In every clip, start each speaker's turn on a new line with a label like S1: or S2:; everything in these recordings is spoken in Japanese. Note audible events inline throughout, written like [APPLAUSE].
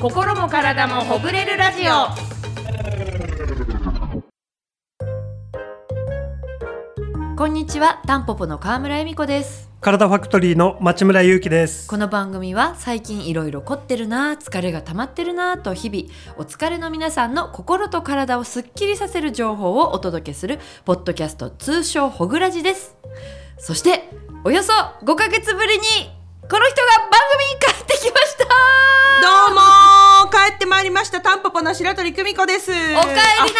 S1: 心も体もほぐれるラジオ
S2: こんにちは、タンポポの川村恵美子です。
S3: 体ファクトリーの町村祐樹です。
S2: この番組は最近いろいろ凝ってるなあ、疲れが溜まってるなあと日々、お疲れの皆さんの心と体をすっきりさせる情報をお届けする、ポッドキャスト通称ほぐらじです。そして、およそ5ヶ月ぶりに、この人が番組に帰ってきました
S4: どうもー帰ってまいりましたタンポポの白鳥久美子ですおかえり
S2: おかえりなさい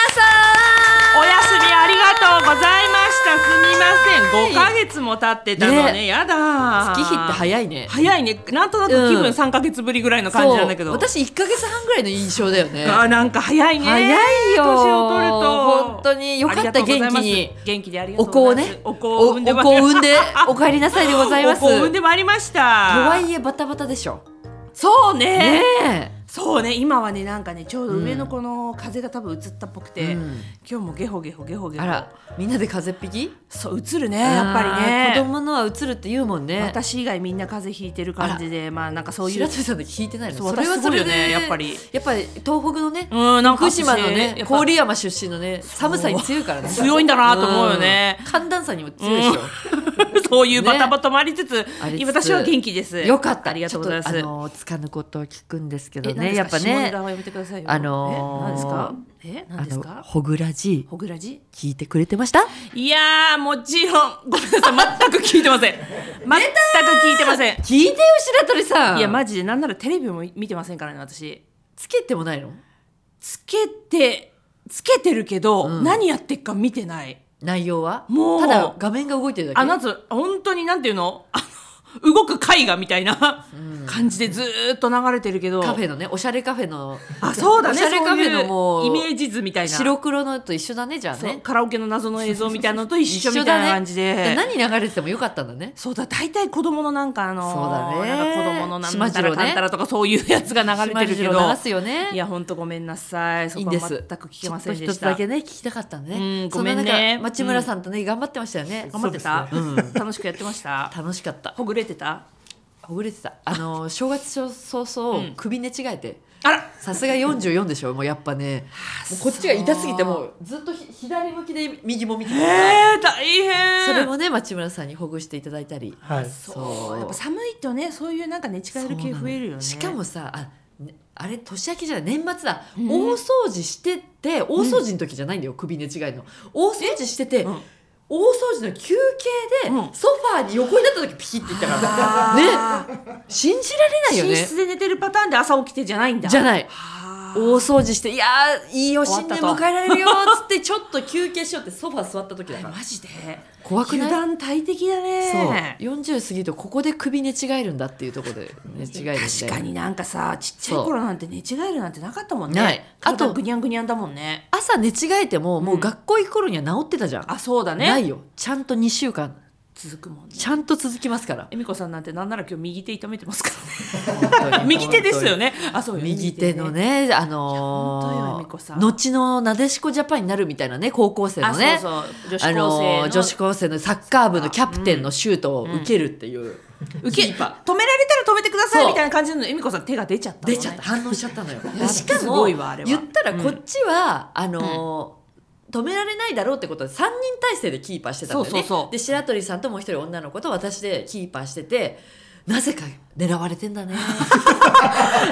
S4: おやすみありがとうございましたすみません5ヶ月も経ってたのね
S2: ね
S4: やだー
S2: 月日って早いね。
S4: 早いねなんとなく気
S2: うん
S4: 分3ヶ月ぶりぐらいの感じなんだけど、
S2: そう私1ヶ月半ぐらいの印象だよ
S4: [LAUGHS]
S2: ね。
S4: あーなんか早いね
S2: 早いよ
S4: 年を取ると
S2: 本当によかった
S4: ありがとうございます
S2: 元気に
S4: 元気でありがと
S2: お
S4: う
S2: 子を
S4: ございま
S2: ね
S4: す、お子を産んで、
S2: おお子を産んでお帰りなさいでございます。
S4: お子を産んでまいりましたと
S2: とはいえバタバタでしょ。
S4: そう
S2: ね
S4: ね
S2: え。
S4: そうね今はねなんかねちょうど上の子の風が多分移ったっぽくて、
S2: うん
S4: 今日もゲホゲホゲホゲホ
S2: あら、みんなで風邪っ引き
S4: そう移るねやっぱりね
S2: あー子供のはうつるって言うもんね。
S4: 私以外みんな風邪ひいてる感じでまあなんかそうい
S2: 白
S4: う
S2: 鳥さんだけ聞いてないの
S4: そう
S2: れは
S4: 私
S2: それ
S4: すごいよ
S2: で
S4: ねやっぱり
S2: やっぱり東北のね、
S4: うんなんか
S2: 福島のね
S4: やっぱ
S2: 郡山出身のね寒さに強いからね
S4: 強いんだなと思うよね
S2: ん寒暖差にも強いでしょ、
S4: そういうバタバタもありつつ,、
S2: ありつつ
S4: 私は元気です
S2: よかった
S4: ありがとうございます
S2: ちょっとあのつかぬことを聞くんですけど
S4: え何
S2: ね
S4: です
S2: やっぱ
S4: か下ネ
S2: ね
S4: タはやめてくださいよ
S2: あのーあ
S4: え何です
S2: の
S4: かえ何ですか
S2: ほぐらじ
S4: ほぐらじ
S2: 聞いてくれてました
S4: いやーもちろんごめんなさい全く聞いてま [LAUGHS] せん全く聞いてません
S2: 聞いてよ白鳥さん
S4: いやマジでなんならテレビも見てませんからね私
S2: つけてもないの
S4: つけてつけてるけど、
S2: うん
S4: 何やってっか見てない
S2: 内容は
S4: もう
S2: ただ画面が動いてるだけ
S4: あなんつう本当になんていうの [LAUGHS] あの動く絵画みたいな感じでずーっと流れてるけど
S2: カフェのねおしゃれカフェの
S4: あそうだね
S2: おしゃれカフェのもう
S4: そういうイメージ図みたいな
S2: 白黒のと一緒だねじゃあ
S4: そう
S2: ね
S4: カラオケの謎の映像みたいなのと一緒みたいな感じで
S2: だね何流れててもよかったんだね
S4: そうだ大体子供のなんかあの
S2: そうだね
S4: なんか子供のなん
S2: 島
S4: た
S2: 次郎
S4: ら
S2: ね
S4: かんたらとかそういうやつが流れてるけ
S2: 島
S4: ど
S2: 次郎流すよね
S4: いや本当ごめんなさいそ
S2: いい
S4: こ
S2: ん
S4: は
S2: で
S4: 全
S2: す
S4: く聞けませんで
S2: ちょっと一
S4: し
S2: つ
S4: た
S2: だけね聞きたかったんでね
S4: うんごめんね
S2: そな中町村さんとね頑張ってましたよね
S4: 頑張ってた、
S2: そうですね
S4: 楽しくやってました
S2: 楽しかった
S4: ほぐれてた
S2: ほぐれてたあの正月早々
S4: うん
S2: 首寝違えて
S4: あら
S2: さすが44でしょもうやっぱねもうこっちが痛すぎてもうずっとひ左向きで右も見てたから
S4: えー、大変
S2: それもね町村さんにほぐしていただいたり
S3: はい。
S2: そう
S4: やっぱ寒いとねそういうなんか寝近寄る系増えるよね
S2: しかもさあねあれ年明けじゃない年末だ、大掃除してて大掃除の時じゃないんだよ、首寝違いの大掃除してて、
S4: うん
S2: 大掃除の休憩で、
S4: うん
S2: ソファーに横になった時ピキっていったからね信じられないよ
S4: 寝
S2: ね
S4: 室で寝てるパターンで朝起きてじゃないんだ
S2: じゃない
S4: は
S2: 大
S4: ー
S2: 掃除して「いやーいいよ新
S4: 終わった
S2: 年
S4: と
S2: 迎えられるよ」っつって [LAUGHS] ちょっと休憩しようってソファー座った時だから
S4: マジで
S2: 怖くない
S4: 油断大敵だ
S2: そう
S4: ね
S2: 40過ぎるとここで首寝違えるんだっていうところで寝違えるんで
S4: 確かになんかさちっちゃい頃なんて寝違えるなんてなかったもんね
S2: ないあと
S4: 体ぐにゃんぐにゃんだもんね
S2: 朝寝違えてももううん学校行く頃には治ってたじゃん、
S4: あそうだね
S2: ないよちゃんと2週間
S4: 続くもんね
S2: ちゃんと続きます
S4: [LAUGHS]
S2: から
S4: 恵美子さんなんてなんなら今日右手痛めてますから
S2: 本当
S4: ね
S2: に
S4: [LAUGHS] 右手ですよねあそうよ
S2: 右手のねあの
S4: いや本当よ
S2: ー
S4: 恵美子さん
S2: 後のなでしこジャパンになるみたいなね高校生の
S4: あ
S2: ね
S4: そうそう女子
S2: あ
S4: 高
S2: の
S4: 生の
S2: ー女子高生のサッカー部のキャプテンのシュートを受けるっていう、
S4: 受け止められたら止めてくださ
S2: そ
S4: いうみたいな感じなの恵美子さん手が出ちゃったのね
S2: 出ちゃった反応しちゃったのよ
S4: や
S2: しか
S4: す
S2: も
S4: ごいわあれは
S2: 言ったらこっちは、あのー止められないだろうってことで3人体制でキーパーしてたんだよね
S4: そうそうそう
S2: で白鳥さんともう一人女の子と私でキーパーしててなぜか狙われてんだね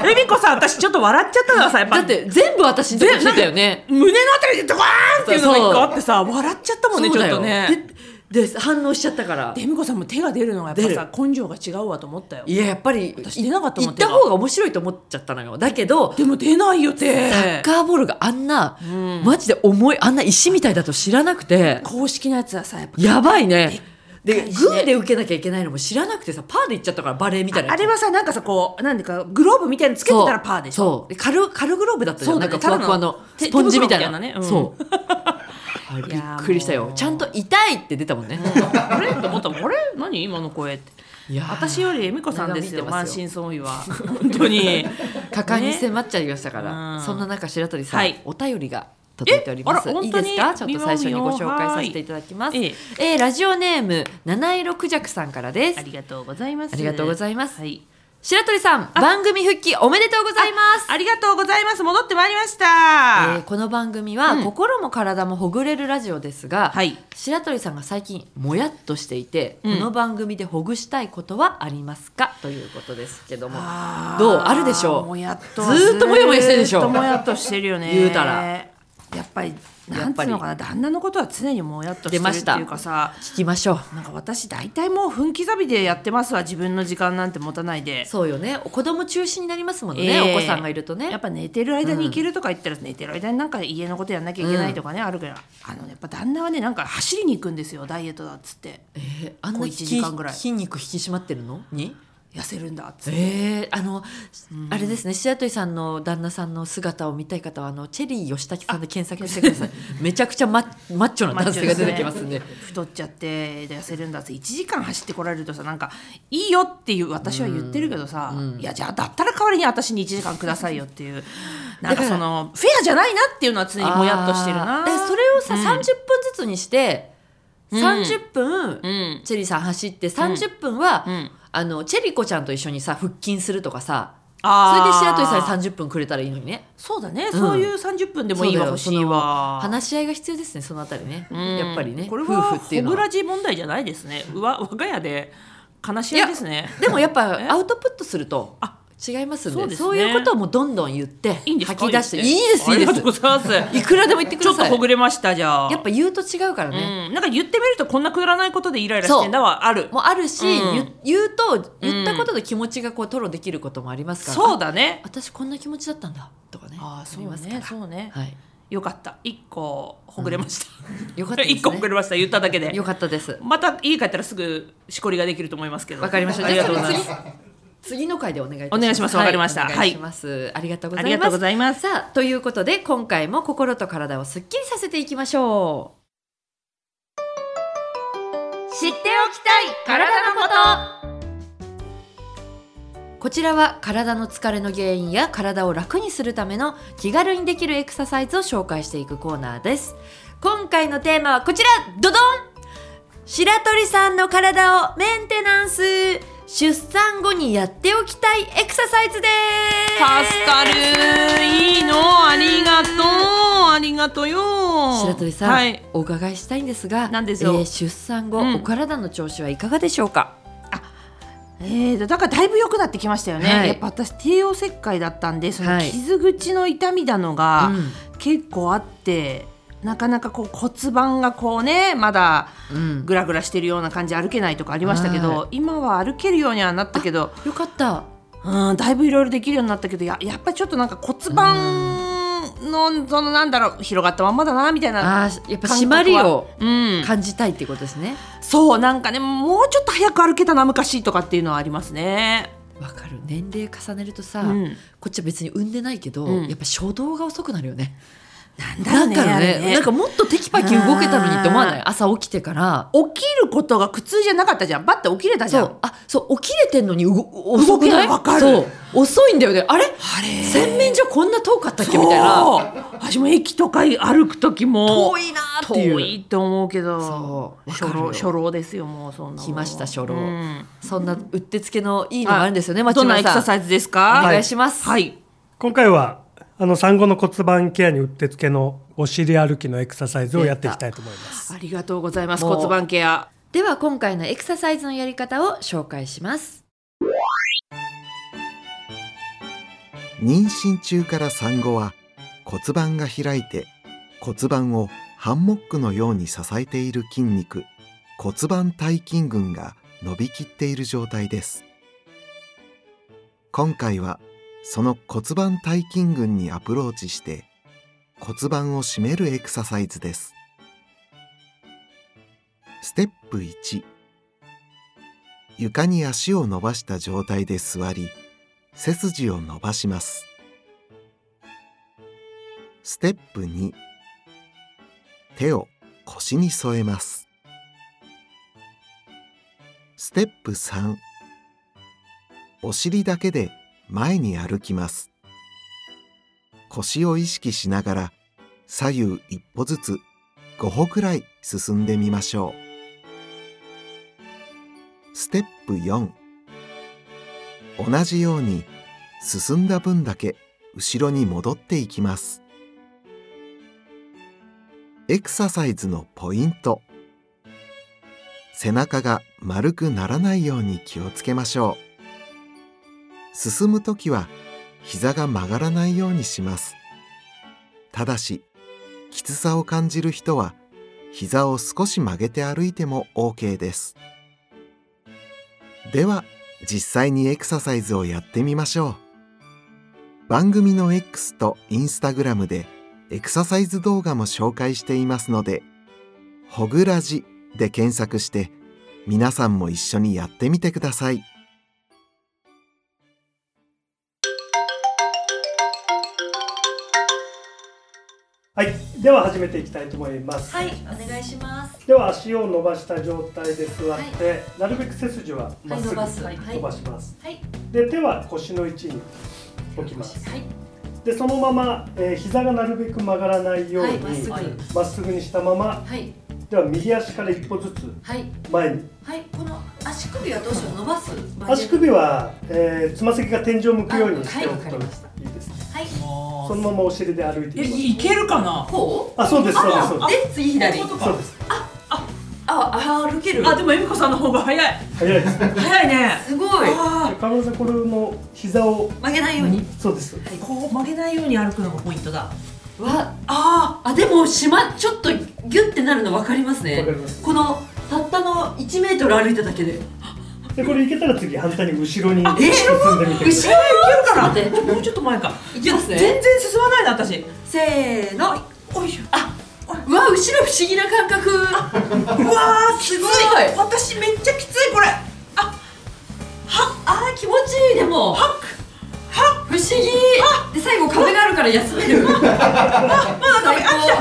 S4: 恵美子さん私ちょっと笑っちゃったのはさやっぱ
S2: [LAUGHS] だって全部私に来てたよね
S4: 胸のあたりでドカーンっていうのが一個あってさ笑っちゃったもんねちょっと
S2: そう
S4: ね
S2: だよでで反応しちゃったから
S4: で恵美子さんも手が出るのがやっぱさ根性が違うわと思ったよ
S2: いややっぱり
S4: 私出なかったもん
S2: 行った方が面白いと思っちゃったのよだけど
S4: でも出ないよ手
S2: サッカーボールがあんな、マジで重いあんな石みたいだと知らなくて
S4: 公式のやつはさやっぱ
S2: やばいねで
S4: いしね
S2: グーで受けなきゃいけないのも知らなくてさパーで行っちゃったからバレーみたいな
S4: あれはさなんかさこうなんでかグローブみたいにつけてたらパーでし
S2: そ
S4: ょ
S2: うそうカルカルグローブだったじゃん、
S4: そう
S2: な
S4: だ
S2: ん
S4: ね
S2: かふわふわの
S4: ただの手
S2: スポンジみたいな
S4: 手袋みたいなねうん
S2: そうあれびっくりした
S4: いや
S2: よ
S4: もう
S2: ちゃんと痛いって出たもんね、
S4: あれと思ったもんあれ何今の声って
S2: いやー
S4: 私より恵美子さんですよ
S2: 目が
S4: 満
S2: 見て
S4: 身創
S2: [LAUGHS]
S4: 痍は本当に
S2: 果敢に迫っちゃいましたから、
S4: ね
S2: そんな中白鳥さん、
S4: はい
S2: お便りが届いております
S4: えあら
S2: いいですか
S4: 本
S2: ち
S4: 当
S2: ょっ
S4: に
S2: と最初にご紹介させていただきます
S4: 見ようは
S2: え
S4: い
S2: ーラジオネーム七色クジャクさんからです
S4: ありがとうございます
S2: ありがとうございます
S4: はい
S2: 白鳥さん番組復帰おめでとうございます
S4: ありがとうございます戻ってまいりました、
S2: えーこの番組は、
S4: うん
S2: 心も体もほぐれるラジオですが、
S4: はい
S2: 白鳥さんが最近もやっとしていて、
S4: うん
S2: この番組でほぐしたいことはありますかということですけども
S4: あー
S2: どうあるでしょう
S4: もやっと
S2: ずーっともやもやしてるでしょ
S4: ずーっともやっとしてるよね
S2: 言うたら
S4: やっぱりなんつうのかな旦那のことは常にもやっとして
S2: 出
S4: る
S2: ま
S4: っ
S2: してた
S4: いうかさ
S2: 聞きましょう
S4: なんか私大体もう分刻みでやってますわ自分の時間なんて持たないで
S2: そうよね子供中心になりますもんね、
S4: ええ
S2: お子さんがいるとね
S4: やっぱ寝てる間に行けるとか言ったら、寝てる間になんか家のことやんなきゃいけないとかね、あるけどあのやっぱ旦那はねなんか走りに行くんですよダイエットだっつって
S2: えーあん
S4: こ
S2: な
S4: う
S2: に
S4: 一
S2: 筋
S4: 時間ぐらい
S2: 筋肉引き締まってるのに
S4: 痩せるんだっつって、
S2: えー、あの、あれですね白鳥さんの旦那さんの姿を見たい方はあのチェリー吉武さんで検索してください [LAUGHS] めちゃくちゃマッマッチョな男性が出てきます [LAUGHS] ね
S4: 太っちゃって痩せるんだっつって1時間走ってこられるとさなんかいいよっていう私は言ってるけどさ、いやじゃあだったら代わりに私に1時間くださいよっ
S2: [LAUGHS]
S4: ていうなんかそのフェアじゃないなっていうのは常にもやっとしてるな
S2: あーえそれをさ、
S4: う
S2: 30
S4: ん
S2: 分ずつにして
S4: ん
S2: 30分、
S4: うん
S2: チェリーさん走って30分は、
S4: うん
S2: あのチェリコちゃんと一緒にさ腹筋するとかさそれで
S4: あー
S2: 白鳥さんに30分くれたらいいのにね
S4: そうだね、
S2: ん
S4: そういう30分でもいい
S2: そうだよ
S4: わ欲しい
S2: その
S4: わ
S2: 話し合いが必要ですねそのあたりね、
S4: うん
S2: やっぱりね
S4: これ
S2: 夫
S4: は
S2: 婦っていう
S4: ホ
S2: のは
S4: ブラジ問題じゃないですねうわ我が家で悲しいですね
S2: でもやっ
S4: え
S2: ぱアウトプットすると
S4: あ
S2: 違いますん
S4: そ
S2: で
S4: うですね
S2: そういうことをもうどんどん言って
S4: いいんですか
S2: 吐き出していい
S4: 言って
S2: ですいい
S4: あ
S2: で
S4: りがとうご
S2: す
S4: ざい
S2: [LAUGHS]
S4: ます
S2: いくらでも言ってく
S4: ちょ
S2: だ
S4: っと
S2: さい
S4: ほぐれましたじゃあ
S2: やっぱ言うと違うからね、
S4: うん、なんか言ってみるとこんなくだらないことでイライラしてんだはある
S2: もうあるし、
S4: うん
S2: 言言うと言ったことで気持ちがこう吐露できることもありますから
S4: そう
S2: だ
S4: だね
S2: 私こんな気持ちだったんだとかね
S4: ああそ
S2: り
S4: う
S2: ますから
S4: ねそうね、
S2: はい
S4: よかった一個ほぐれました、
S2: よかったです、ね、
S4: 一個ほぐれました言っただけで
S2: よかったです
S4: また家帰ったらすぐしこりができると思いますけど
S2: わかりました
S4: ありがとうございます
S2: じゃあそれ次次の回でお願いいたし
S4: お願いしますわかりました
S2: はいお願いします、ありがとうございます
S4: ありがとうございます
S2: さあということで今回も心と体をすっきりさせていきましょう
S1: 知っておきたい体のこと
S2: こちらは体の疲れの原因や体を楽にするための気軽にできるエクササイズを紹介していくコーナーです今回のテーマはこちらドドン白鳥さんの体をメンテナンス出産後にやっておきたいエクササイズです
S4: 助かるいいのありがとうありがとうよ
S2: 白鳥さん、
S4: はい
S2: お伺いしたいんですが
S4: なんですよ
S2: えー出産後、
S4: うん
S2: お体の調子はいかがでしょうか
S4: えーとだからだいぶ良くなってきましたよね、
S2: はい
S4: やっぱ私帝王切開だったんでその
S2: はい
S4: 傷口の痛みだの
S2: う
S4: が
S2: ん
S4: 結構あって、なかなかこう骨盤がこうねまだ
S2: うん
S4: グラグラしてるような感じ歩けないとかありましたけど、
S2: は
S4: 今は歩けるようにはなったけど
S2: よかった
S4: うんだいぶいろいろできるようになったけどややっぱりちょっとなんか骨盤のそのなんだろう広がったまんまだなみたいな
S2: あーやっぱ締まりを
S4: うん、
S2: 感じたいってことですね
S4: そうなんかねもうちょっと早く歩けたな昔とかっていうのはありますね。
S2: わかる年齢重ねるとさ、
S4: うん
S2: こっちは別に産んでないけど、
S4: うん
S2: やっぱ初動が遅くなるよね
S4: だろうね
S2: ろう
S4: あれね
S2: なんかもっとテキパキ動けたのにって思わない朝起きてから
S4: 起きることが苦痛じゃなかったじゃんバッて起きれたじ
S2: そ
S4: ゃん
S2: うあそう起きれてんのに動遅く
S4: 動けな
S2: ないい
S4: わかる
S2: そう遅いんだよねあれ
S4: あれ
S2: 洗面所こんな遠かったっけ
S4: そう
S2: みたいな
S4: 私も駅とか歩く時も
S2: 遠いなーっていう
S4: 遠いと思うけど
S2: そう
S4: 初
S2: わかる
S4: 老
S2: よ
S4: 初老ですよもうそんなも
S2: 来
S4: ん
S2: ました初老
S4: うん
S2: そんなうってつけのいいのがあるんですよね
S4: ど
S2: 町
S4: んなエ
S2: 村さ
S4: クサ
S2: ん
S4: サイズですか
S2: お願いします
S4: はい
S3: 今回はあの産後の骨盤ケアにうってつけのお尻歩きのエクササイズをやっていきたいと思います。
S4: ありがとうございます
S2: もう
S4: 骨盤ケア
S2: では今回のエクササイズのやり方を紹介します
S5: 妊娠中から産後は骨盤が開いて骨盤をハンモックのように支えている筋肉骨盤体筋群が伸びきっている状態です今回はその骨盤体筋群にアプローチして骨盤を締めるエクササイズですステップ1床に足を伸ばした状態で座り背筋を伸ばしますステップ2手を腰に添えますステップ3お尻だけで前に歩きます腰を意識しながら左右一歩ずつ5歩くらい進んでみましょうステップ4同じように進んだ分だけ後ろに戻っていきますエクササイズのポイント背中が丸くならないように気をつけましょう進むときは膝が曲がらないようにしますただしきつさを感じる人は膝を少し曲げて歩いても OK ですでは実際にエクササイズをやってみましょう番組の X と Instagram でエクササイズ動画も紹介していますので「ほぐらじ」で検索して皆さんも一緒にやってみてください
S3: はい、では始めていきたいと思います。
S2: はい、お願いします。
S3: では足を伸ばした状態で座って、なるべく背筋はまっすぐ
S2: はい伸ばすはい
S3: 伸ばします。
S2: はい、
S3: で手は腰の位置に置きます。
S2: はい、
S3: でそのまま、えー膝がなるべく曲がらないよう
S2: は
S3: に、
S2: いまっすぐ
S3: まっすぐにしたまま
S2: はい、
S3: では右足から一歩ずつ
S2: はい、
S3: 前に
S2: はい、この足首はどうしよう、伸ばす。
S3: 足首はえーつま、先が天井を向くようにしてお
S2: あはいわか
S3: くと
S2: り
S3: い
S2: ました
S3: いです、
S2: はい、
S3: そのままお尻で歩いていきます
S4: いけるかな
S2: こ
S3: あそうですそうですそう
S2: う。で、次左。
S3: ですそうです
S2: あ、あ、歩ける。
S4: あでも恵美子さんの方が早い
S3: 早いですね [LAUGHS]
S4: 早いね
S2: すごい。
S4: あ
S3: 川村さんこれの膝を
S2: 曲げないように。
S3: そうですそうです
S4: ーこう曲げないように歩くのがポイントだ
S2: わ、
S4: あ
S2: あ、でも、しま、ちょっとギュってなるのわかります
S3: わか
S2: ね。
S3: ります
S2: この、たったの1メートル歩いただけで。
S3: でこれいけたら次反対に後ろに進ん
S2: え
S3: でみて
S2: 後
S3: ください
S2: ろ
S4: あい
S2: 待
S4: け
S2: っ
S4: る
S2: て
S4: かなもうちょっと前か
S2: いきますね
S4: いや全然進まないな私
S2: せーの。
S4: おいしょ
S2: うわ、後ろ不思議な感覚。
S4: うわーすごい
S2: すごい
S4: 私めっちゃきついこれ
S2: あー、気持ちいい、でも。
S4: ハックハッ
S2: 不思議。で、最後壁があるから休める。
S4: クまだダメあ来た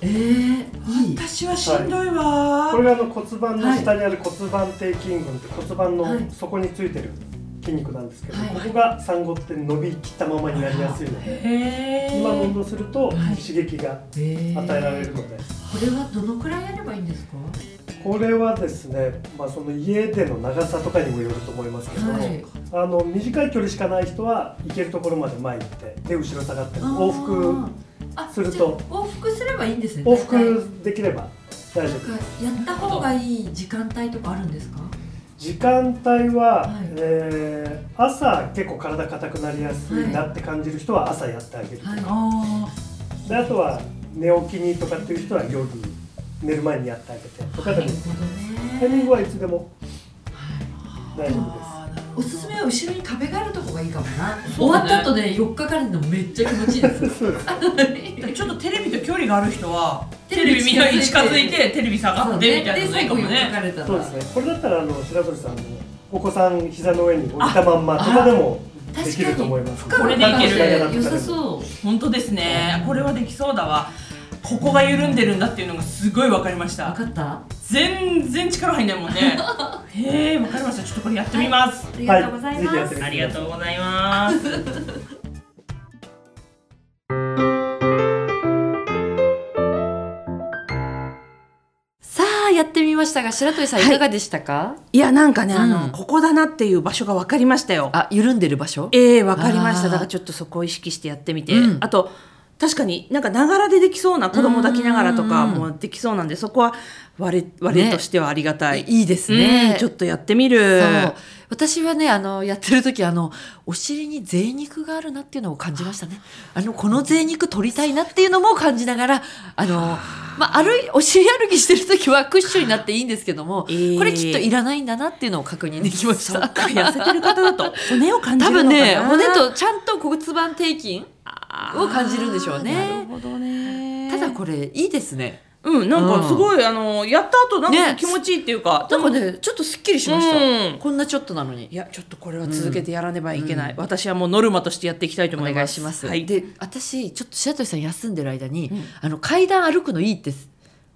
S2: えー、いい。
S4: 私はしんどいわー、
S3: これがあの骨盤の下にある骨盤底筋群って骨盤の底についてる筋肉なんですけど、
S2: はい
S3: ここが産後って伸びきったままになりやすいので、
S4: へ
S3: 今の運
S4: ー
S3: 動すると刺激が
S2: えー
S3: 与えられるの
S2: こ
S3: で、
S2: れはどのくらいやればいいんですか
S3: これはですね、まあ、その家での長さとかにもよると思いますけど、
S2: はい
S3: あの短い距離しかない人は行けるところまで前行ってで後ろ下がって
S2: あー
S3: 往復
S2: あ
S3: すると
S2: じゃあ往復すればいいんですね
S3: 往
S2: なんか
S3: 復できれば大丈夫です。
S2: やった方がいい時間帯とかあるんですか
S3: 時間帯は、
S2: はい
S3: えー朝結構体硬くなりやすいなって感じる人は朝やってあげる、
S2: はい
S4: あ
S3: であとは寝起きにとかっていう人は夜寝る前にやってあげてとかでも、タイミングはいつでも大丈夫です
S4: あ
S2: おすすめは後ろに壁があるとこがいいかもな、終
S4: そう
S2: わ
S4: だね
S2: った後で4日からのめっちゃ気持ちいいです
S3: そうです
S4: ちょっとテレビと距離がある人は
S2: テレビ近づいて
S4: テレビ下
S2: そうねで最後4日かれたら
S3: そうですねこれだったらあの白鳥さんのお子さん膝の上に置いたまんまとかでも
S2: あ
S3: できると思います
S2: 確かに
S4: これでいける
S2: 良さそう
S4: 本当ですねこれはできそうだわここが緩んでるんだっていうのがすごい分かりまし
S2: 分
S4: た
S2: かったあ
S4: 全然力入んないも
S2: [LAUGHS]
S4: んねへえ分かりましたちょっとこれやってみます、
S2: り
S3: は
S2: がとうございます、
S3: ぜひや
S4: あ
S3: ってみ
S4: り
S3: て
S4: が
S3: くださ
S4: とうございます
S2: さあやってみましたが白鳥さんい
S4: はい
S2: かがでしたか、
S4: いやなんかねあの、
S2: うん
S4: ここだなっていう場所が分かりましたよ
S2: あ緩んでる場所
S4: ええ分かりまし
S2: あー
S4: ただからちょっとそこを意識してやってみて、
S2: うん
S4: あと確かになんかながらでできそうな子供抱きながらとか
S2: うんうんう
S4: もできそうなんでそこは我我としてはありがたい、
S2: いいです
S4: う
S2: ね
S4: んちょっとやってみる
S2: そう私はねあのやってる時あのお尻に贅肉があるなっていうのを感じましたねあのこの贅肉取りたいなっていうのも感じながらあの、まあ、歩いお尻歩きしてる時はクッションになっていいんですけども、
S4: えー
S2: これきっといらないんだなっていうのを確認できまし
S4: そ
S2: た
S4: っか痩せてる方だと骨を感じ
S2: 多
S4: る
S2: 分
S4: のかな
S2: ね骨とちゃんと骨盤底筋を感じるんでしょう
S4: あーな
S2: ね
S4: るほどね
S2: ただこれいいですね
S4: うんなん
S2: うん
S4: かすごい、あのやった後なん
S2: ね
S4: か気持ちいいっていうか、
S2: なんかねちょっとすっきりしました、
S4: うん
S2: こんなちょっとなのに
S4: いやちょっとこれは続けてやらねばいけない、私はもうノルマとしてやっていきたいと
S2: お
S4: 思います
S2: 願いします。
S4: はい、
S2: で、私ちょっと白鳥さん休んでる間に、あの階段歩くのいいって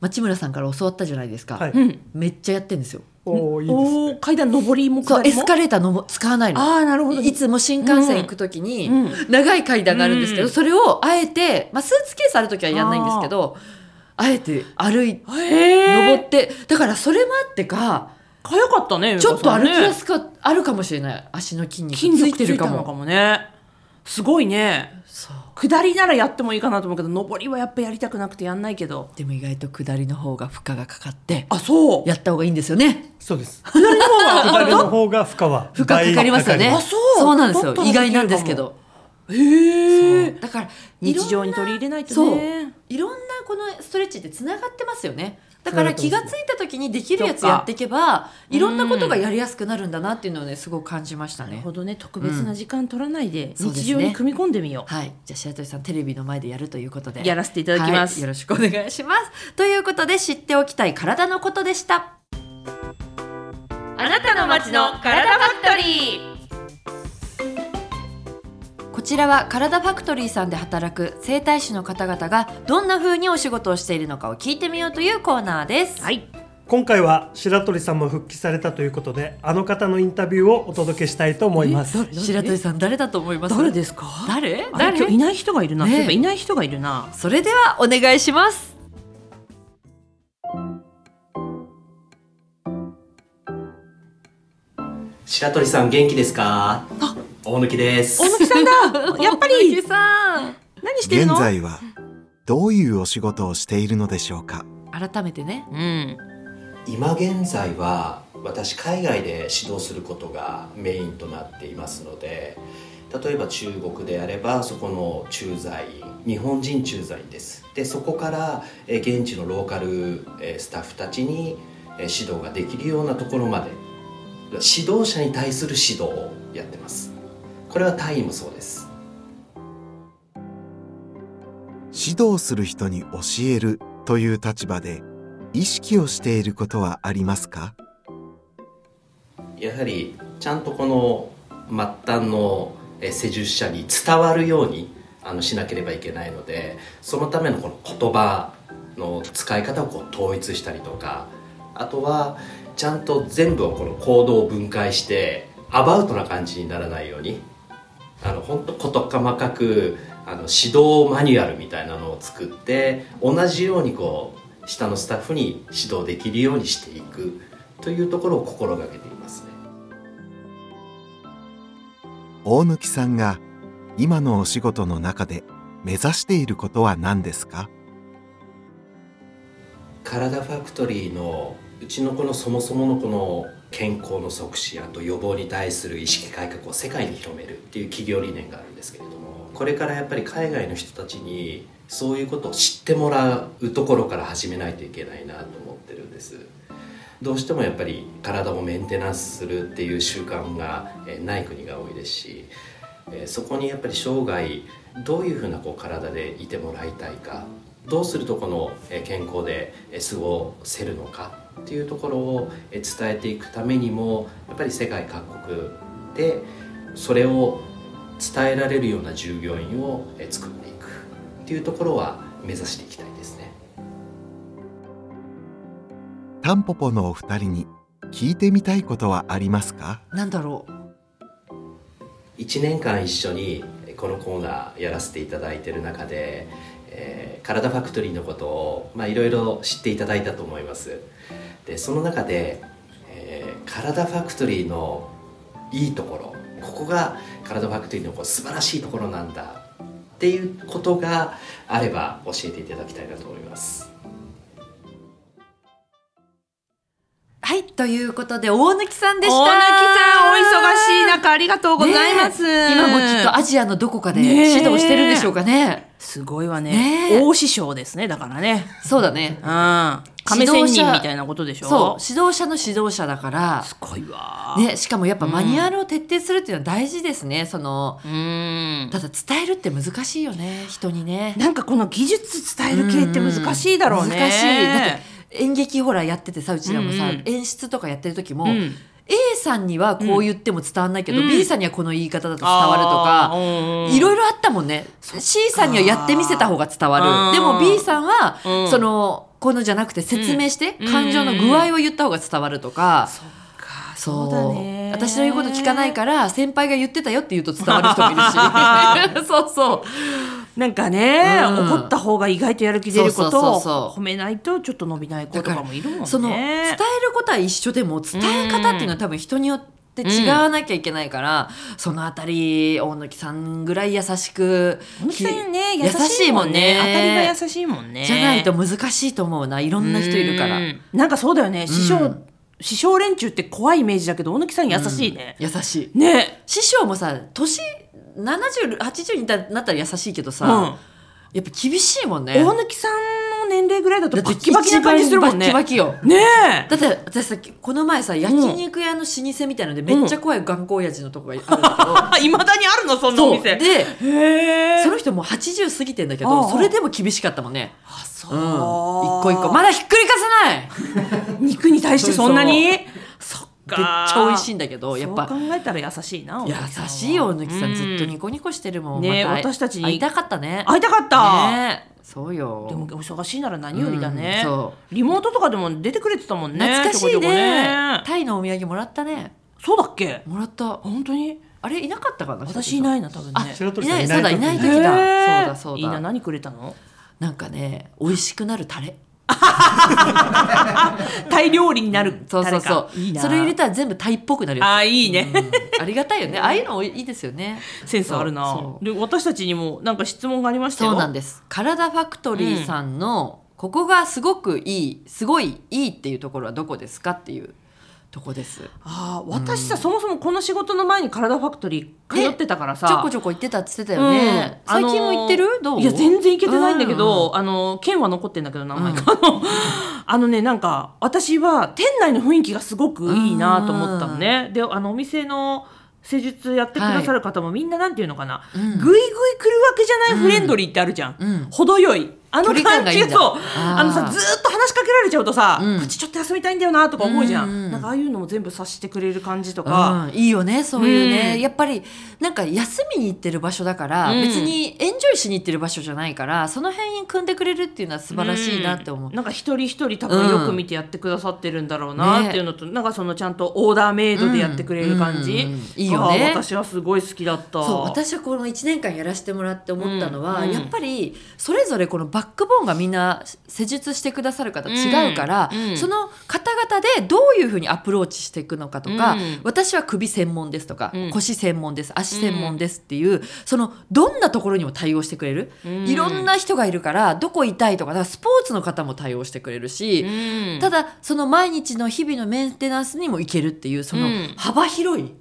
S2: 町村さんから教わったじゃないですか。
S3: はい
S4: うん
S2: めっちゃやってんですよ。
S3: おーいいです
S4: お
S3: ね
S4: ー階段上りも
S2: そ
S4: 下
S2: う
S4: り
S2: エ
S4: も
S2: スカレーターのも使わないの。
S4: ああなるほど
S2: いつも新幹線行くときに、
S4: うん
S2: 長い階段があるんですけど、
S4: うん
S2: それをあえて、まあ、スーツケースあるときはやんないんですけどあえて歩いて
S4: へえ
S2: 登ってだからそれもあってか
S4: かゆかったね
S2: ちょっと歩きや
S4: す
S2: すくあるかもしれない足の筋肉
S4: 筋
S2: つい
S4: 力つ
S2: て
S4: い
S2: る
S4: た
S2: か
S4: のか
S2: も
S4: もねすごいね
S2: そう
S4: 下りならやってもいいかなと思うけど上りはやっぱやりたくなくてやんないけど
S2: でも意外と下りの方が負荷がかかって
S4: あそう
S2: やった方がいいんですよね
S3: そうです。左の方が左の方が負荷は
S2: 負荷かかりますよね
S4: あそう
S2: そうなんです
S4: だ
S2: よ
S4: ったら
S2: 意外なんですけど
S4: へえ
S2: だから
S4: 日常に取り入れないと
S2: そう
S4: ね
S2: いろんなこのストレッチってつながってますよねだから気がついた時にできるやつやっていけば
S4: か
S2: いろんなことがやりやすくなるんだなっていうのをねすごく感じました
S4: なる
S2: ね
S4: ほどね特別な時間取らないで
S2: そうです
S4: 日
S2: ね
S4: 常に組み込んでみよ
S2: はいじゃあ白鳥さんテレビの前でやるということで
S4: うやらせていただきま
S2: はい
S4: す
S2: よろしくお願いしますということで知っておきたい体のことでした
S1: あなたの街の体ファクトリー
S2: こちらは体ファクトリーさんで働く整体師の方々がどんな風にお仕事をしているのかを聞いてみようというコーナーです、
S4: はい
S3: 今回は白鳥さんも復帰されたということで、あの方のインタビューをお届けしたいと思います。
S2: 白鳥さん誰だと思います
S4: 誰ですか
S2: 誰
S4: あれ今日
S2: 誰
S4: いない人がいるな、
S2: ねえ
S4: そういえばいない人がいるな
S2: それではお願いします
S6: 白鳥さん元気ですか大貫です
S4: 大貫さんだ [LAUGHS] やっぱり
S2: 鈴木さん
S4: 何してる
S5: 現
S4: の
S5: 在はどういうお仕事をしているのでしょうか
S2: 改めてね
S4: うん
S6: 今現在は私海外で指導することがメインとなっていますので例えば中国であればそこの駐在員日本人駐在員ですでそこからえー現地のローカルえースタッフたちにえー指導ができるようなところまで指導者に対する指導をやってますこれは単位もそうです
S5: 指導する人に教えるという立場で意識をしていることはありますか
S6: やはりちゃんとこの末端のえー施術者に伝わるようにあのしなければいけないのでそのためのこの言葉の使い方をこう統一したりとかあとはちゃんと全部をこの行動を分解してアバウトな感じにならないようにあの本当事細かくあの指導マニュアルみたいなのを作って同じようにこう下のスタッフに指導できるようにしていくというところを心がけていますね。
S5: 大貫さんが今のお仕事の中で目指していることは何ですか
S6: 体ファクトリーのうちのこのそもそものこの健康の促進あと予防に対する意識改革を世界に広めるっていう企業理念があるんですけれどもこれからやっぱり海外の人たちにそういうことを知ってもらうところから始めないといけないなと思ってるんですどうしてもやっぱり体をメンテナンスするっていう習慣がえーない国が多いですしえーそこにやっぱり生涯どういうふうなこう体でいてもらいたいかどうするとこのえー健康でえー過ごせるのかっていうところをえー伝えていくためにもやっぱり世界各国でそれを伝えられるような従業員をえー作っていくっていうところは目指していきたいですね。
S5: タンポポのお二人に聞いてみたいことはありますか
S2: なんだろう
S6: 1年間一緒にこのコーナーやらせていただいてる中で、えー、体ファクトリーのことをまあいろいろ知っていただいたと思いますでその中で、えー、体ファクトリーのいいところここが体ファクトリーのこう素晴らしいところなんだっていうことがあれば教えていただきたいなと思います
S2: はいということで大貫さんでした
S4: 大貫さんお忙しい中ありがとうございます、
S2: ねえ今もきっとアジアのどこかで
S4: ねえ
S2: 指導してるんでしょうかね
S4: すごいわね
S2: ねえ
S4: 大師匠ですねだからね
S2: そうだね
S4: うん亀仙人みたいなことでしょ
S2: そう指導者の指導者だから
S4: すごいわ
S2: ね、しかもやっぱマニュアルを徹底するっていうのは大事ですね、その
S4: うん
S2: ただ伝えるって難しいよね人にね
S4: なんかこの技術伝える系って難しいだろうね
S2: 難しいだって演劇ほらやっててさうちらもさ、
S4: うんうん
S2: 演出とかやってる時も、
S4: うん
S2: A さんにはこう言っても伝わんないけど、
S4: うん
S2: B さんにはこの言い方だと伝わるとか、いろい
S4: い
S2: ろあったもんね C さんにはやってみせた方が伝わ
S4: う
S2: る
S4: ん
S2: でも B さんは、
S4: うん
S2: そのこのじゃなくて説明して、
S4: うん
S2: 感情の具合を言った方が伝わるとか、
S4: そうだね
S2: 私の言う
S4: [LAUGHS]
S2: こと聞かないから先輩が言ってたよって言うと伝わる人もいるしそうそう
S4: なんかね、
S2: うん
S4: 怒った方が意外とやる気出るこ
S2: そうそう
S4: と
S2: そうそう
S4: 褒めないとちょっと伸びない子とかもいるもんね
S2: その伝えることは一緒でも伝え方っていうのは多分人によって違わなきゃいけないから、そのあたり大貫さんぐらい優しく
S4: 本当にね
S2: 優
S4: 優
S2: し
S4: し
S2: い
S4: い
S2: も
S4: も
S2: ん
S4: ん
S2: ね
S4: ね当たりが優しいもんね
S2: じゃないと難しいと思うないろんな人いるから、
S4: うんなんかそうだよね師匠、師匠連中って怖いイメージだけど大貫さん優しいね、
S2: 優しい
S4: ね
S2: 師匠もさ年7080になったら優しいけどさ、
S4: うん
S2: やっぱ厳しいもんね
S4: 大貫さんの年齢ぐらいだと
S2: だ
S4: バ
S2: って
S4: ッキバキな感じするもんね
S2: 一番バッキバキよ
S4: ね [LAUGHS]
S2: だって私さこの前さ焼肉屋の老舗みたいのでめっちゃ怖い頑固親父のとこがあるんだ
S4: えいまだにあるのそ
S2: け
S4: ん
S2: ど
S4: なお
S2: そうで
S4: 店へえ
S2: その人もう80過ぎてんだけ
S4: あ
S2: ど
S4: あ
S2: それでも厳しかったもんね
S4: あそ
S2: うん一個一個まだひっくり返さない
S4: 肉に対してそんなにめっ
S2: そっめ
S4: か
S2: っちゃ美味しいんだけどや
S4: や
S2: っ
S4: っ
S2: ぱ
S4: ぱ考えたら優しいな
S2: 優しいよ
S4: 貫
S2: 抜き
S4: は
S2: さんずっと
S4: うん
S2: ニコニコしてるもん
S4: ねえ
S2: ま
S4: 私たちに
S2: 会いたかったね
S4: 会いたかった、
S2: ねえそうよ
S4: でもお忙しいなら何よりだね、
S2: うんそ
S4: リモートとかでも出てくれてたもんね
S2: 懐かし
S4: ち
S2: い
S4: ょこちょこ
S2: ねタイのお土産もらったね
S4: そうだっけ
S2: もらった
S4: 本当に
S2: あれいなかったかな
S4: 私いないな多分ね
S3: 白鳥
S2: いな
S3: さ
S2: んいそうだいない時だそう
S4: へー
S2: だそう
S4: いいな
S2: だ
S4: 何くれたの
S2: なんかね美味しくなるタレ
S4: タイ料理になる
S2: そうそうそ
S4: 誰かいいうな
S2: それ入れたら全部タイっぽくなる
S4: あ
S2: や
S4: ーいいね、
S2: つありがたいよねああいうのおいいいですよね
S4: センスあるな
S2: そう
S4: で私たちにもなんか質問がありましたよ
S2: そうなんです。カラダファクトリーさんの、ここがすごくいい、すごいいいっていうところはどこですかっていうとこです。ち
S4: あー私さ、そもそもこの仕事の前にカラダファクトリー通ってたからさ、
S2: ょこちょこ行ってたって言ってたよね。
S4: うんあ
S2: 最
S4: のー
S2: 近も行ってるどう
S4: いや全然行けてないんだけど、あの県は残ってんだけど名前が、あの [LAUGHS] あのねなんか私は店内の雰囲気がすごくいいなと思ったのね、であのお店の施術やってくださる方もみんななんていうのかな、
S2: うん
S4: ぐいぐい来るわけじゃないフレンドリーってあるじゃん、
S2: うん
S4: 程よいあの
S2: 距離感
S4: 感
S2: がい
S4: じ
S2: いんだ
S4: そう
S2: あー
S4: あのさずーっと話しかけられちゃうとさ、
S2: うん
S4: こっちちょっと休みたいんだよなとか思うじゃん、
S2: うんうん
S4: なんかああいうのも全部察してくれる感じとか、
S2: うんいいよねそういうね、
S4: うん
S2: やっぱりなんか休みに行ってる場所だから、
S4: うん
S2: 別にエンジョイしに行ってる場所じゃないからその辺に組んでくれるっていうのは素晴らしいなって思う、
S4: んなんか一人一人多分よく見てやってくださってるんだろうなっていうのと、なんかそのちゃんとオーダーメイドでやってくれる感じ、
S2: うんうんうんいいよね
S4: あー私はすごい好きだった
S2: そう私はこの1年間やらせてもらって思ったのは、
S4: うんうん
S2: やっぱりそれぞれこのバックボーンがみんな施術してくださる方違うから、
S4: うんうん
S2: その方々でどういうふうにアプローチしていくのかとか、
S4: うん
S2: 私は首専門ですとか、
S4: うん
S2: 腰専門です足専門ですっていう、そのどんなところにも対応してくれる、
S4: うん
S2: いろんな人がいるからどこ痛いとかだからスポーツの方も対応してくれるし、
S4: うん
S2: ただその毎日の日々のメンテナンスにも行けるっていうその
S4: うん
S2: 幅広い、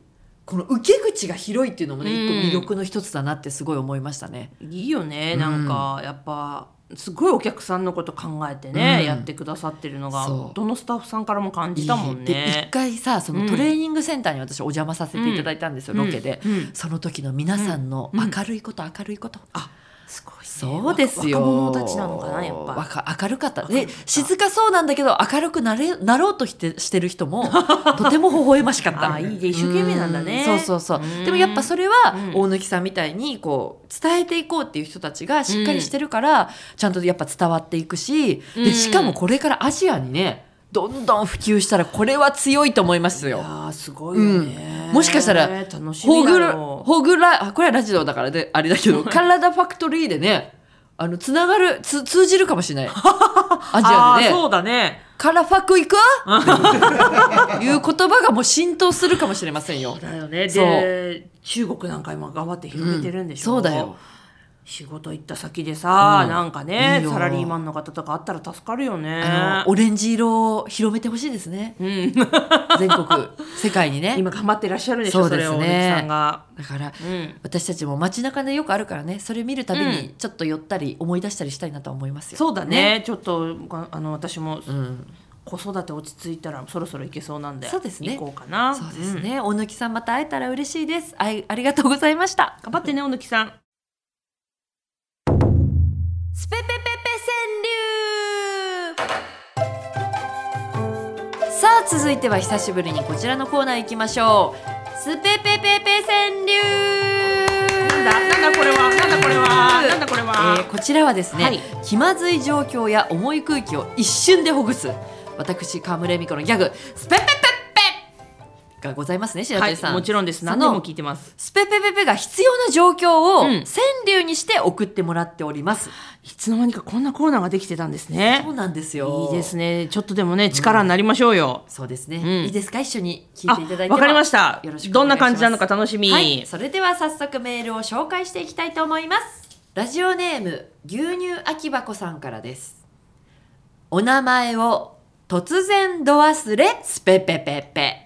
S2: この受け口が広いっていうのもね
S4: うん
S2: 一個魅力の一つだなってすごい思いましたね。
S4: いいよねなんかやっぱすごいお客さんのこと考えてね、
S2: うん
S4: やってくださってるのが
S2: そう
S4: どのスタッフさんからも感じたもん
S2: で一
S4: ね。
S2: 回さそのトレーニングセンターに私お邪魔させていただいたんですよ、ロケで、
S4: うんうん
S2: その時の皆さんの明るいこと明るいこと、あ
S4: すごいね
S2: そうですよ
S4: 若若者たちなのかなやっぱ。
S2: 若明るかった
S4: 明る
S2: で
S4: かった
S2: 静かそうなんだけど明るくなれなろうとしてしてる人もとても微笑ましかった
S4: あーいいね一生懸命なんだね
S2: うそうそうそう
S4: うん
S2: でもやっぱそれは
S4: うん
S2: 大貫さんみたいにこう伝えていこうっていう人たちがしっかりしてるから、ちゃんとやっぱ伝わっていくし
S4: う
S2: で
S4: ん
S2: しかもこれからアジアにねどんどん普及したらこれは強いと思います
S4: いや
S2: よ。
S4: ーすごいよね、
S2: うんもしかしたら
S4: 楽し
S2: ホ
S4: みだ
S2: グ
S4: よ
S2: ラ、ホグラ、あこれはラジオだからで、あれだ
S4: [LAUGHS]
S2: けど、カラダファクトリーでね、あの、つながる、つ、通じるかもしれない。
S4: [LAUGHS]
S2: ア
S4: あ
S2: ジア
S4: ー
S2: でね、
S4: そうだね
S2: カラファク行くいう言葉がもう浸透するかもしれませんよ。
S4: だよね
S2: そう
S4: で中国なんか今頑張って広げてるんでしょ、
S2: うんそうだよ
S4: 仕事行った先でさ、
S2: うん
S4: なんかね
S2: いいよ
S4: サラリーマンの方とかあったら助かるよね
S2: あの、オレンジ色を広めてほしいです
S4: [LAUGHS]
S2: ね。
S4: うん、
S2: 全国、世界にね。
S4: 今頑張ってらっしゃるでしょ
S2: そう
S4: そ
S2: ですね
S4: れをおねさんが、
S2: だから、
S4: うん、
S2: 私たちも街中でよくあるからね、それ見るたびに、ちょっと寄ったり、思い出したりしたいなとは思いますよ。
S4: そうだね。ちょっとがあの私も
S2: うん。
S4: 子育て落ち着いたらそろそろ行けそうなんで
S2: そうですね
S4: 行こうかな
S2: そうですね。おぬきさんまた会えたら嬉しいです。あいありがとうございました。
S4: 頑張ってねおぬきさん
S2: スペペペペ川柳さあ続いては久しぶりにこちらのコーナー行きましょうスペペペペ川柳
S4: なんだなんだこれはなんだこれはなんだこれは、
S2: えーこちらはですね、
S4: はい
S2: 気まずい状況や重い空気を一瞬でほぐす私川村恵美子のギャグスペペペペがございますね白
S4: は
S2: 鳥
S4: い
S2: さん、
S4: もちろんです
S2: そ
S4: 何で
S2: の
S4: も聞いてます
S2: スペペペペが必要な状況を
S4: う
S2: 川
S4: ん
S2: 柳にして送ってもらっております、
S4: いつの間にかこんなコーナーができてたんですね
S2: そうなんですよ
S4: いいですねちょっとでもね力になりましょうよ、
S2: そうですね、い
S4: ん
S2: いですか一緒に聞
S4: あ
S2: いていただいても
S4: わかりました
S2: よろしくお
S4: どん
S2: 願
S4: ない
S2: します
S4: 感じなのか楽しみ、
S2: はい、それでは早速メールを紹介していきたいと思いますラジオネーム牛乳空き箱さんからですお名前を突然ど忘れスペペペペ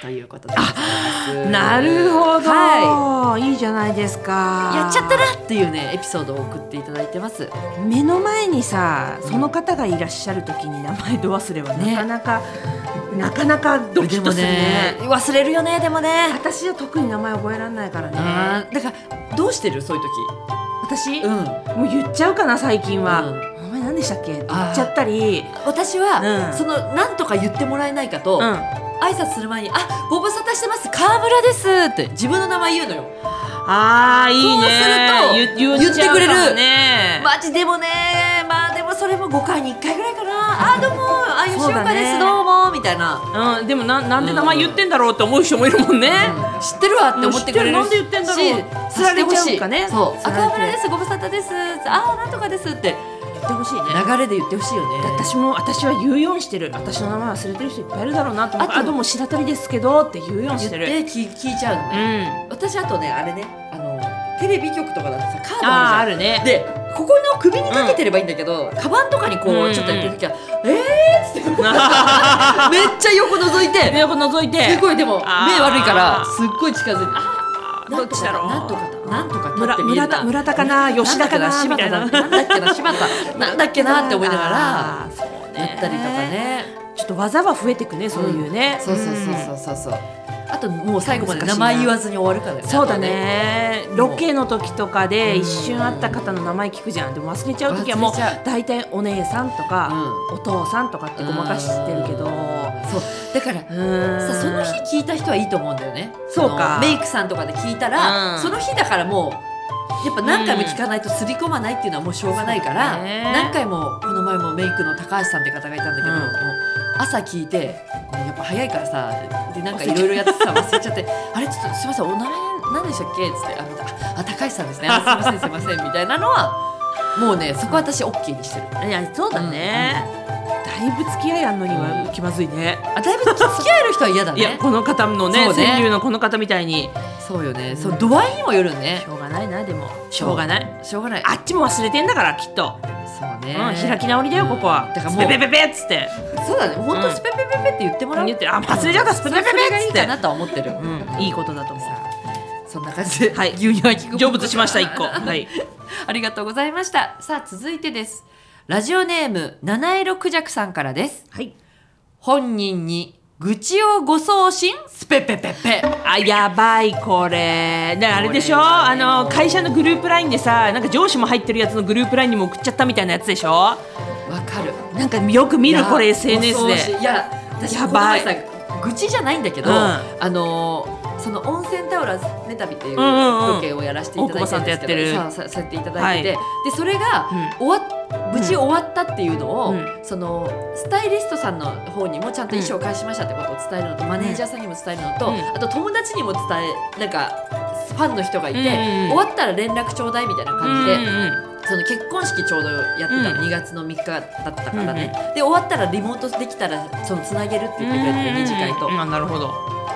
S2: ということでございます
S4: なるほど、、
S2: はい
S4: いじゃないですか
S2: いやっちゃったなっていうねエピソードを送っていただいてます
S4: 目の前にさその方がいらっしゃる時に名前ど忘れは
S2: ね
S4: なかなか、なかなかドキッとするね
S2: でも忘れるよねでもね
S4: 私は特に名前覚えられないからね
S2: あーだからどうしてるそういう
S4: 私、
S2: 時、うん、
S4: もう言っちゃうかな最近は、
S2: う
S4: 名前何でしたっけって言っちゃったり
S2: 私は、
S4: うん
S2: そのなんとか言ってもらえないかと、
S4: うん
S2: 挨拶する前に「あご無沙汰してます川村です」って自分の名前言うのよ
S4: あーいいね
S2: そうすると
S4: 言っちゃうかも
S2: 言ってくれる
S4: ね
S2: マジでもねまあでもそれも5回に1回ぐらいかなあどうもあ吉
S4: そうだ
S2: 岡
S4: ね
S2: ですどうもみたいな、
S4: うん、でもななんで名前言ってんだろうって思う人もいるもんね、
S2: 知ってるわって思ってくれる
S4: うん知ってるなんで言ってんだろう
S2: し
S4: 知られちゃうか
S2: 知
S4: ね
S2: ってほしいそう「
S4: 知
S2: あ
S4: られて
S2: 川村ですご無沙汰です」あーなんとかです」って
S4: 言ってほしいね
S2: 流れで言ってほしいよね
S4: 私も私は言うようにしてる私の名前忘れてる人いっぱいいるだろうなと思って
S2: あと
S4: あどうも白鳥ですけどって言うように
S2: 言
S4: し
S2: ってて
S4: る
S2: 聞聞いちゃうの
S4: う
S2: ね、
S4: ん
S2: 私あとねあれねあのテレビ局とかだとさカードあるじゃん
S4: あーあるね
S2: でここの首にかけてればいいんだけど、カバンとかにこ
S4: うんう
S2: うんちょっとやってる時は「えー!」っ [LAUGHS] つってめっちゃ横覗いて
S4: 目を覗いて
S2: すごいでも目
S4: あー
S2: 悪いからすっごい近づいて「あー
S4: どっちだろう
S2: なんとかだなんとかだ」なんとか立
S4: 村
S2: って見える
S4: 村
S2: な
S4: 田村田かな吉田かな
S2: なん
S4: み
S2: と
S4: たい
S2: かだ
S4: な
S2: 柴田だなんだっけな柴田なんだっけなって思いながら
S4: あーそうね
S2: やったりとかね
S4: ちょっと技は増えてくねそういうね、
S2: そうそうそうそうそうそうあともう最後まで名前言わずに終わるからね
S4: そうだね
S2: ん
S4: ロケの時とかで一瞬会った方の名前聞くじゃんでも忘れちゃう時はもう
S2: 忘れちゃう
S4: 大体お姉さんとか、お父さんとかってごまかしてるけど
S2: そうだからさ
S4: さ
S2: その日聞いた人はいいと思うんだよね
S4: そうか
S2: あのメイクさんとかで聞いたら、
S4: うん
S2: その日だからもうやっぱ何回も聞かないと刷り込まないっていうのはもうしょうがないから、
S4: そうね
S2: 何回もこの前もメイクの高橋さんって方がいたんだけど、
S4: うん
S2: もう朝聞いてやっぱ早いからさでなんかいろいろやってさ忘れちゃって「あれちょっとすいませんお名前何でしたっけ?」っつって「あまたああ高橋さんですねあすいませんすいません」みたいなのはもうねそこは私 OK にしてる。
S4: いやそうだね、だいぶ付き合いあんのには気まずいね、
S2: あだいぶ付き合える人は嫌だ
S4: いや
S2: ね。
S4: この方のね
S2: そうね
S4: 川柳のこの方みたいに
S2: そうよね。そう度合いにもよるね
S4: し。ょうがないなでもしょうがない
S2: しょうがない。
S4: あっちも忘れてんだからきっと、
S2: そうね。
S4: うん、開き直りだよここは、
S2: だから
S4: ス
S2: もう
S4: ペペペペっつって
S2: そうだね、本当
S4: うん
S2: スペペペペって言ってもらう。
S4: 言ってあ忘れちゃったスペペペペ
S2: それがいい
S4: っつっ
S2: か
S4: て
S2: なとは思ってる。
S4: うん、いいことだと思う
S2: そんな感じで、
S4: はい
S2: 牛乳は聞く。
S4: 成仏しました一 [LAUGHS] 個はい
S2: [LAUGHS] ありがとうございました。さあ、続いてです。ラジオネーム七色クジャクさんからです。
S4: はい
S2: 本人に愚痴をご送信スペペペペ。
S4: あやばいこれねあれでしょ、
S2: これは
S4: あ
S2: ね
S4: の会社のグループラインでさなんか上司も入ってるやつのグループラインにも送っちゃったみたいなやつでしょ
S2: わかる。
S4: なんかよく見
S2: い
S4: る
S2: や
S4: これ SNS
S2: ご
S4: で
S2: 送信いや、私
S4: やばい
S2: この前さ愚痴じゃないんだけど、
S4: うん
S2: あのーその温泉タオルネタビっていう
S4: うんうんうん
S2: ロケをやらせていただいてんですけど、
S4: 大久保さんとやってる
S2: さあささせていただいてて、でそれが、終わっ無事終わったっていうのを、
S4: うん
S2: そのスタイリストさんの方にもちゃんと衣装を返しましたってことを伝えるのと、マネージャーさんにも伝えるのと、
S4: うん
S2: あと友達にも伝えなんかファンの人がいて、
S4: うんうんうん
S2: 終わったら連絡ちょうだいみたいな
S4: うん
S2: 感じで、
S4: うんうん
S2: その結婚式ちょうどやってたの、
S4: うん
S2: 2月の3日だったからね、で終わったらリモートできたらそのつなげるって言ってくれてて二次会と
S4: うん、あなるほど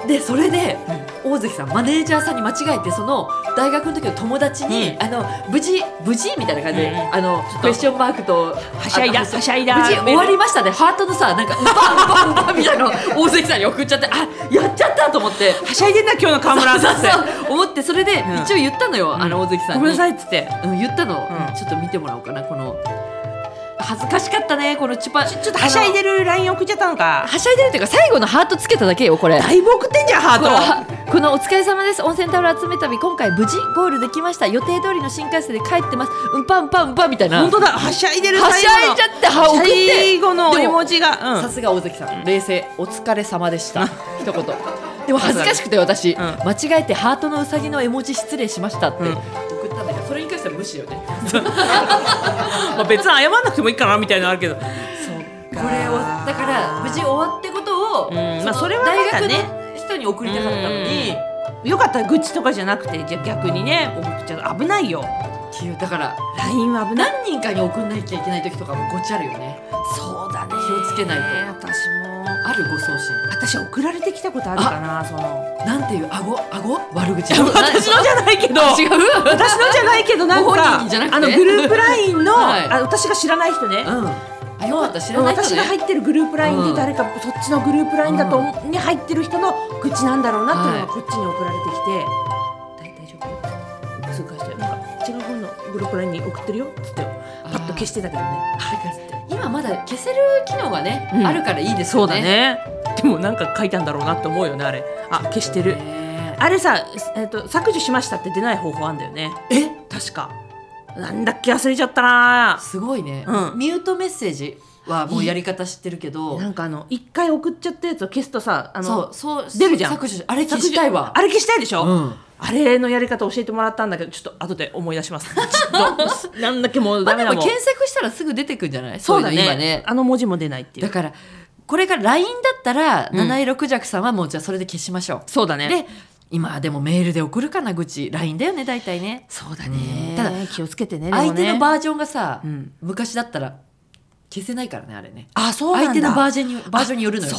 S2: でそれで、大関さんマネージャーさんに間違えてその大学の時の友達に、
S4: うん
S2: あの無事無事みたいな感じで、
S4: うん
S2: あのクエスチョンマークと
S4: はしゃいだ
S2: あの
S4: はしゃいだ
S2: 無事終わりましたねハートのさなんかうぱうぱうぱみたいなのを大関さんに送っちゃってあやっちゃったと思って。
S4: はしゃいでんな今日の河
S2: そ
S4: 村
S2: う
S4: さんって
S2: そう思ってそれで
S4: ん
S2: 一応言ったのよ、あの大関さんに
S4: ごめんなさいっつって
S2: うん、言ったの、
S4: うん
S2: ちょっと見てもらおうかなこの恥ずかしかったねこのチュパちょ
S4: ちょっとはしゃいでるライン送っちゃったのか
S2: はしゃいでるっていうか最後のハートつけただけよこれ
S4: だいぶ送ってんじゃんハ
S2: この
S4: ート
S2: このお疲れ様です温泉タオル集め旅今回無事ゴールできました予定通りの新幹線で帰ってますうんぱんぱんうんぱんみたいな
S4: 本当だはしゃいでる
S2: はしゃいじゃっては送って
S4: 最後の絵
S2: でも
S4: 文字がう
S2: さ
S4: ん
S2: すが大関さん冷静お疲れ様でした一言でも恥ずかしくて私、
S4: ん
S2: 間違えてハートのうさぎの絵文字失礼しましたって
S4: うん
S2: 送ったんだけど、それに関しては無視よね
S4: まあ別に謝んなくてもいいかなみたいなのあるけど
S2: これをだから無事終わってことを、
S4: んまあ
S2: の
S4: それはなんか
S2: 大
S4: ね
S2: 学の人人に送りたかったのに
S4: よかったら愚痴とかじゃなくてじゃあ逆にね送っちゃう危ないよ
S2: っていうだから
S4: LINE は危ない
S2: 何人かに送んなきゃいけない時とかもごっちゃあるよね
S4: そうだね
S2: 気をつけないと
S4: 私も
S2: あるご送信
S4: 私送られてきたことあるかなその
S2: なんていう顎顎悪口
S4: 私のじゃないけど
S2: あ違う
S4: 私のじゃないけどなん
S2: ご本
S4: か
S2: 人じゃなくて
S4: あのグループライン [LAUGHS] の、
S2: はい
S4: あ私が知らない人ね、
S2: うんあよかった知らない人
S4: 私
S2: ね
S4: が入ってるグループライン
S2: う
S4: で
S2: ん
S4: 誰かそっちのグループラインだと、に入ってる人の愚痴なんだろうなっていうのがこっちに送られてきて「大大丈夫通過してなんか違う方のグループラインに送ってるよ」っつってパッと消してたけどね「はい」っつって
S2: 今まだ消せる機能がね、
S4: うん
S2: あるからいいです
S4: そ
S2: よ
S4: うだ
S2: ね
S4: ねでもなんか書いたんだろうなって思うよねあれあ消してる
S2: ね
S4: あれさ、えっと削除しましたって出ない方法あんだよねえ確かなんだっけ忘れちゃったな
S2: すごいね、
S4: うん
S2: ミュートメッセージはもうやり方知ってるけど
S4: なんかあの一回送っちゃったやつを消すとさあの
S2: そうそう
S4: 出るじゃん
S2: 削除しあれ消したいわ
S4: あれ消したいでしょ、
S2: うん
S4: あれのやり方教えてもらったんだけどちょっと後で思い出します [LAUGHS] ちょっとなんだっけもう
S2: まあ
S4: ダ
S2: で
S4: メだ
S2: も
S4: もん
S2: 検索したらすぐ出てくんじゃない
S4: そうだ
S2: いの
S4: ね
S2: 今ね
S4: あの文字も出ないってい
S2: だ
S4: う
S2: からこれが LINE だったら
S4: うん
S2: 76弱さんはもうじゃあそれで消しましょう、
S4: そうだね
S2: で今はでもメールで送るかな愚痴 LINE だよね大体ね
S4: そうだ
S2: う
S4: ね
S2: ん
S4: た
S2: た
S4: だ
S2: だ
S4: 気をつけてねでもね
S2: 相手のバージョンがさ、
S4: うん
S2: 昔だったら消せないからねあれね
S4: あそうなんだ
S2: 相手のバー
S4: ジ
S2: ジョンにバージョンによるのよ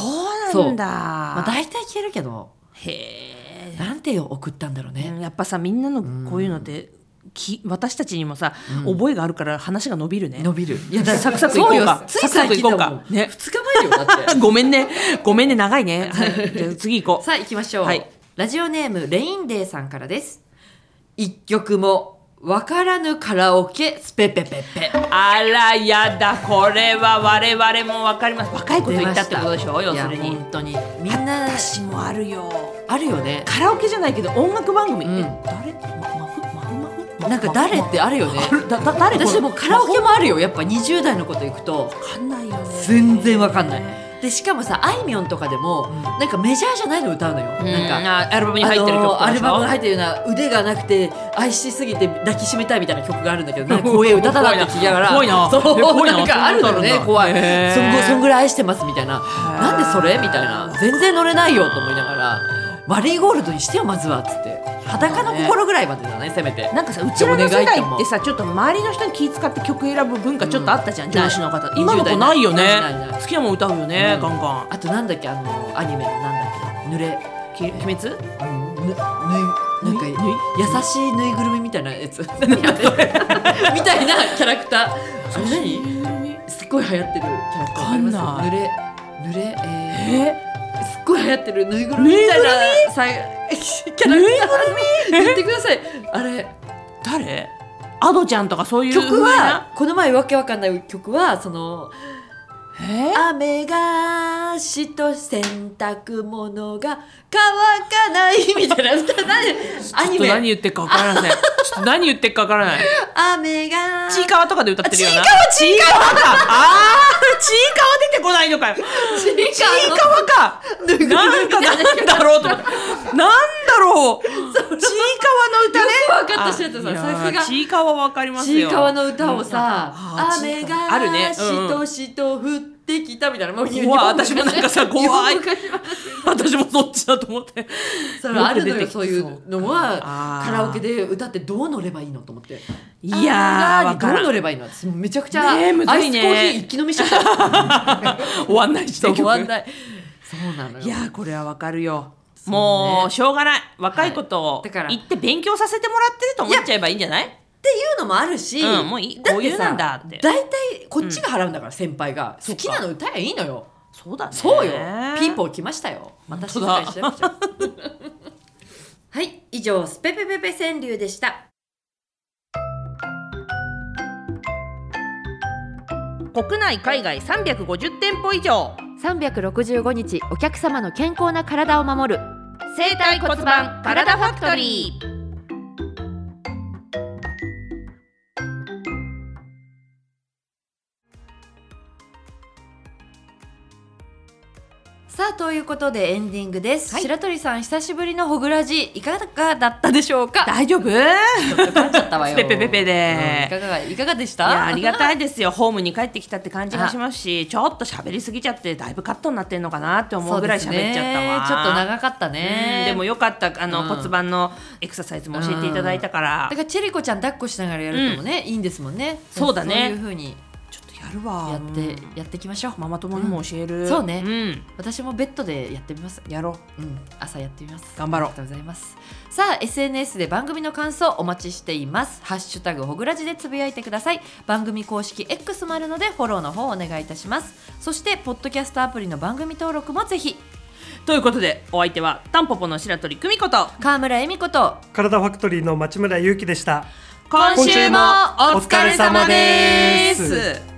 S4: そうなんだ、
S2: まあ、大体消えるけど
S4: へえ
S2: なんて送ったんだろうね、
S4: やっぱさみんなのこういうのって、き私たちにもさ、覚えがあるから話が伸びるね
S2: 伸びるいや
S4: だからサクサク
S2: そうよ
S4: 行こうか
S2: つい最近だ
S4: サクサク
S2: も
S4: 行こうんか
S2: ね
S4: ね
S2: 2日前よだって
S4: ごめんねごめんね長いね、はい、じゃあ次行こう
S2: さあ行きましょう、
S4: はい
S2: ラジオネームレインデーさんからです一曲もわからぬカラオケスペペペペ
S4: あらやだこれは我々も分かります若いこと言ったってことでしょ
S2: 出ま
S4: 要
S2: た
S4: する
S2: いや
S4: に
S2: 本当にみんな
S4: 私もあるよ
S2: あるよね
S4: カラオケじゃないけど音楽番組、
S2: うん
S4: え誰ままふまふまふま
S2: なんか誰ってあるよね
S4: あるだだ誰
S2: 私でもカラオケ
S4: わ
S2: もあるよやっぱ20代のこと行くと
S4: かんないよね
S2: 全然わかんないでしかもさあいみょんとかでも、なんかメジャーじゃないの歌うのよ、なんか
S4: なんかアルバムに入ってる曲とか
S2: あのーアルバムに
S4: 入
S2: 入ってるような腕がなくて愛しすぎて抱きしめたいみたいな曲があるんだ
S4: [LAUGHS]
S2: けどなんか怖え歌だなって聞きながら
S4: 怖いな
S2: [LAUGHS] そう
S4: え怖いな
S2: なんかあるのよね
S4: そんなのあ
S2: 怖
S4: る
S2: い
S4: んだへー
S2: そんぐそんぐらい愛してますみたいななんでそれみたいな全然乗れないよと思いながらマリーゴールドにしてよまずはっつって裸の心ぐらいまでだねせめて
S4: なんかさうちらの世
S2: お願い
S4: 代
S2: と思う
S4: ってさちょっと周りの人に気使って曲選ぶ文化ちょっとあったじゃん、
S2: うん
S4: 上司の方
S2: ない
S4: 今の子ないよね
S2: ないないない
S4: 好きなもん歌うよね、
S2: うん
S4: ガンガン
S2: あとなんだっけあのアニメのなんだっけ濡れ
S4: き鬼滅
S2: うんぬぬいなんか
S4: ぬい
S2: 優
S4: ぬい
S2: しいぬいぐるみみたいなや
S4: [LAUGHS]
S2: つなんかね [LAUGHS] みたいなキャラクターそれ何すっごい流行ってるキャラクターわかります
S4: わかんない
S2: 濡れ濡れえー
S4: え
S2: すっごい流行ってるぬいぐるみみたい [LAUGHS] なさキャラクタ [LAUGHS] ー言ってくださいあれ
S4: 誰アドちゃんとかそういう
S2: 曲
S4: 風
S2: は
S4: な
S2: この前わけわかんない曲はその
S4: え
S2: 雨がしと洗濯物が乾かないみたいな歌なんでア
S4: [LAUGHS] ちょっ
S2: ニ
S4: と何
S2: メ
S4: 言ってるかわから [LAUGHS] ないちょっと何言ってるかわからない
S2: 雨が
S4: ちいかわとかで歌ってるよな
S2: あ
S4: ちいかわかあーちいかわ出てこないのかよ
S2: ちい
S4: ちいかわか [LAUGHS] なんかなんだろうと思ってなんだろうちいかわの歌ね
S2: よくわかった白田さん
S4: あいや
S2: さす
S4: ー
S2: が
S4: ちいかわわかります
S2: ちい
S4: よ
S2: かわの歌をさ
S4: あー
S2: 雨
S4: ちいかわある
S2: が
S4: ねうんう
S2: し
S4: ん
S2: としと降ってきたみたいなもう日
S4: う
S2: 本
S4: わ
S2: 語
S4: 私もなん
S2: [LAUGHS]
S4: かさ怖い
S2: 日本語化します
S4: 私もそっちだと思って
S2: それあるの
S4: よく出て
S2: よ
S4: き
S2: そういうのは
S4: あー
S2: カラオケで歌ってどう乗ればいいのと思って
S4: いやー
S2: あ
S4: わ
S2: ー
S4: から
S2: ど
S4: ん
S2: う乗ればいいの私めちゃくちゃア
S4: ねえ
S2: イス
S4: む
S2: コ
S4: ず
S2: ー
S4: い
S2: ヒ
S4: ね
S2: ー一気飲みしちゃった
S4: 終わんないし
S2: 終わん
S4: い
S2: ないそうなのよ
S4: やーこれはわかるよ
S2: うね
S4: もうしょうがない若いことを
S2: だから
S4: 言って勉強させてもらってると思っちゃえばいいんじゃない
S2: っていうのもあるし、
S4: うんもういいこういうなんだって
S2: だいたいこっちが払うんだから、先輩が好きなの歌えばいいのよ
S4: そうだね
S2: そうよピーポー来ましたよまた
S4: 当
S2: 静
S4: だ
S2: かにしちゃいました [LAUGHS] はい以上スペペペペ川柳でした
S4: 国内海外350店舗以上
S2: 365日お客様の健康な体を守る
S1: 生体骨盤カラダファクトリー
S2: ささあということでエンディングです、
S4: はい
S2: 白鳥さん久しぶりのほぐらじいかがだったでしょうか
S4: 大丈夫いや
S2: ちょっと噛んじゃったわよ
S4: ペペペペで
S2: うんいかがいかがでした
S4: ありがたいですよホームに帰ってきたって感じがしますしちょっと喋りすぎちゃってだいぶカットになってんのかなって思うぐらい喋っちゃったわ、
S2: そうですねちょっと長かった
S4: う
S2: ね
S4: んでもよかったあの、
S2: うん
S4: 骨盤のエクササイズも教えていただいたから、
S2: だ
S4: ち
S2: からチェリコちゃん抱っこしながらやるのもね、いいんですもんね
S4: そうだね
S2: そういう風に
S4: ょっとやるわ
S2: やって、
S4: うん
S2: やっていきましょう
S4: ママ友にも教える、
S2: うんそうね
S4: ん
S2: 私もベッドでやってみます
S4: やろう
S2: うん、朝やってみます。
S4: 頑張ろう
S2: ありがとうございます。さあ、SNS で番組の感想お待ちしています。ハッシュタグほぐらじでつぶやいてください。番組公式 X もあるのでフォローの方お願いいたします。そして、ポッドキャストアプリの番組登録もぜひ、
S4: ということでお相手はタンポポの白鳥久美子と
S2: 河村恵美子と
S3: 体ファクトリーの町村祐樹でした
S4: 今
S2: 週も
S3: お疲れ様です
S4: お疲れ様です